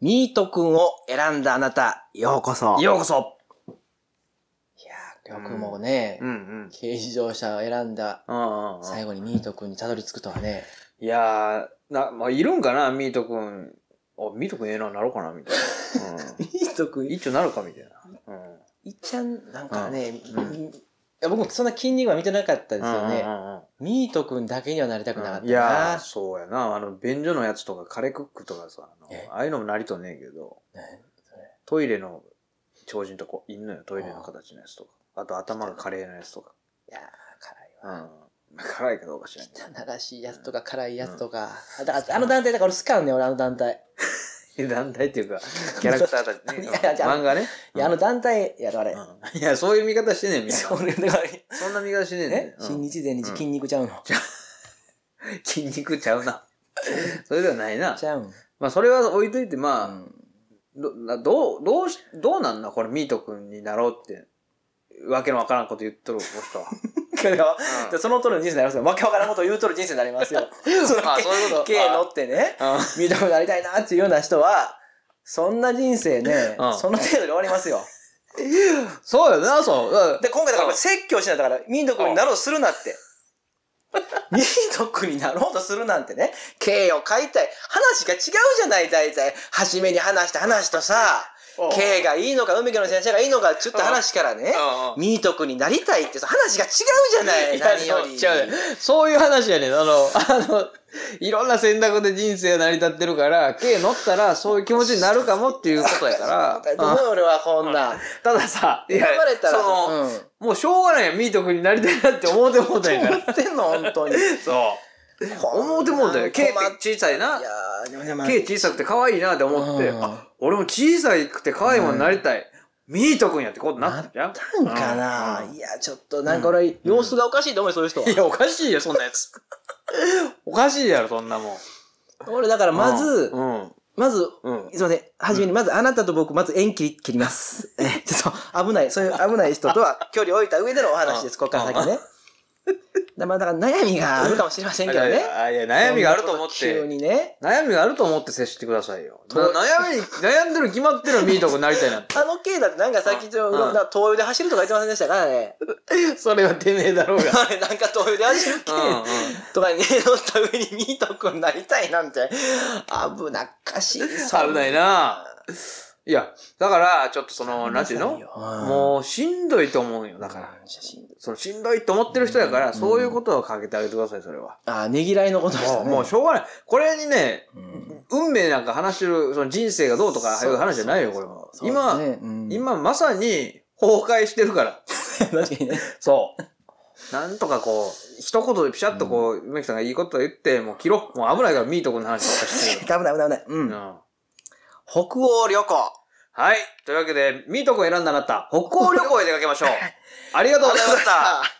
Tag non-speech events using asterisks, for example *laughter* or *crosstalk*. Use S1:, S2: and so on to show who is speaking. S1: ミートくんを選んだあなた、ようこそ。
S2: ようこそ
S1: いやー、りょうくんもね、
S2: うんうん。
S1: 軽自動車を選んだ
S2: うんうん
S1: 最後にミートくんにたどり着くとはね。
S2: いやー、な、まあ、いるんかな、ミートくん。あ、ミートくんええな、なろうかな、みたいな。う
S1: ミートく
S2: ん。一応なるか、みたいな。うん。
S1: いっちゃん、なんかね、
S2: うん
S1: うんいや僕もそんな筋肉は見てなかったですよね。
S2: うんうんうんうん
S1: ミートくんだけにはなりたくなかったな。
S2: いやー、そうやな。あの、便所のやつとか、カレークックとかさ、あの
S1: え
S2: ああいうのもなりとんねえけど、
S1: ねそれ
S2: トイレの超人とこいんのよ、トイレの形のやつとか。あと、頭がカレーのやつとか。
S1: いやー、辛
S2: うん。辛いけどおかしい。
S1: いわ。汚らしいやつとか辛いやつとか。あだあの団体だから俺好きなのね、俺あの団体。
S2: *laughs* 団体っていうか、キャラクターたちね。
S1: い
S2: うん
S1: やいやじゃあ
S2: 漫画ね。
S1: いや、あの団体やろ、あれ。
S2: うんいや、そういう見方してねえみんな。
S1: そう *laughs* 俺だから、
S2: そんな見方してねえんだ
S1: え
S2: よ、
S1: 新日全日
S2: うん
S1: 筋肉ちゃうの。
S2: うん筋肉ちゃうな。それではないな
S1: ち。ゃうん。
S2: まあ、それは置いといて、ま
S1: *laughs*
S2: あ、
S1: うん
S2: ど、などう、どうし、どうなんだこれ、ミート君になろうって、わけのわからんこと言っとる、この人は。
S1: これは
S2: うん
S1: でそのとる人生になりますよ。わけわからんことを言うとる人生になります
S2: *laughs*
S1: よ。その
S2: あそういうこと
S1: 軽乗ってね、
S2: う
S1: ミートくんになりたいなっていうような人は、そんな人生ね、
S2: うん
S1: その程度で終わりますよ。
S2: んそうよな、そう。だから
S1: で、今回だからこれ説教しないだから、ミート君になろうとするなって。ミート君になろうとするなんてね、刑を変えたい。話が違うじゃない、大体。初めに話した話とさ、刑がいいのか、海家の先生がいいのか、ちょっと話からね、
S2: うん
S1: ミート君になりたいってさ、話が違う
S2: い
S1: じゃな
S2: や
S1: い、何より。
S2: そう違うそういう話やねん。あの、 *laughs* あの、いろんな選択で人生が成り立ってるから、K 乗ったらそういう気持ちになるかもっていうこと
S1: *laughs*
S2: やか
S1: だと
S2: ら。
S1: 思
S2: う
S1: うんよ俺はこんな。
S2: たださ、い
S1: 生
S2: や
S1: まれたら、
S2: その、
S1: うん
S2: もうしょうがないやん、ミート君になりたいなって思うてもうたんやか
S1: どう
S2: ら。
S1: 思ってんの、本当に。
S2: *laughs* そう。思うてもうたよ。K って小さいな。
S1: いやーでもねまあ
S2: K 小さくて可愛いなって思って、
S1: うん
S2: あ、俺も小さくて可愛いものになりたい。ミート君やってことになったじゃん
S1: なんかな、
S2: うん
S1: いや、ちょっと、なんか俺、様子がおかしいと思うよ、そういう人は。
S2: いや、おかしいよ、そんなやつ。 *laughs* おかしいやろ、そんなもん。
S1: 俺、だから、まず、
S2: うん。
S1: まず、
S2: うん。
S1: すいません。はじめに、まず、あなたと僕、まず縁切り、切ります。えちょっと、危ない、そういう危ない人とは距離を置いた上でのお話です、
S2: あ
S1: ここから先ね。だまあ、だから、悩みがあるかもしれませんけどね。
S2: あいや、悩みがあると思っ
S1: 急
S2: て。
S1: にね。
S2: 悩みがあると思って接してくださいよ。だ
S1: と
S2: から悩みに、悩んでるに決まってるミート君になりたいなって。
S1: あの軽だって、なんかさっき、ちょ
S2: うん
S1: なんか灯油で走るとか言ってませんでしたからね。
S2: *laughs* それはてめえだろうが。
S1: あれ、なんか灯油で走る系
S2: うんうん。
S1: とかに、ね、乗った上にミート君になりたいなんて、危なっかしい。
S2: *laughs* 危ないないや、だから、ちょっとその、なんていうの
S1: も
S2: もう、しんどいと思うよ、だから。
S1: 写真
S2: そのしんどいと思ってる人やから、
S1: うん
S2: そういうことをかけてあげてください、それは。
S1: あねぎらいのことでし
S2: も
S1: た
S2: う、
S1: ね
S2: もうしょうがない。これにね、
S1: うん
S2: 運命なんか話してる、その人生がどうとか、ああいう話じゃないよ、これは。
S1: そう
S2: 今、
S1: ねうん
S2: 今まさに崩壊してるから。
S1: *laughs*
S2: *laughs*
S1: 確かにね
S2: そう。なんとかこう、一言でピシャッとこう、梅木さんがいいこと言って、もう切ろう。もう危ないから、ミート君の話とかして
S1: 危
S2: *laughs* る。
S1: ない危ない危ないうん
S2: うん
S1: 北欧旅行
S2: はい。 *laughs* というわけで、ミート君選んだあなた、北欧旅行へ出かけましょう。ありがとうございました。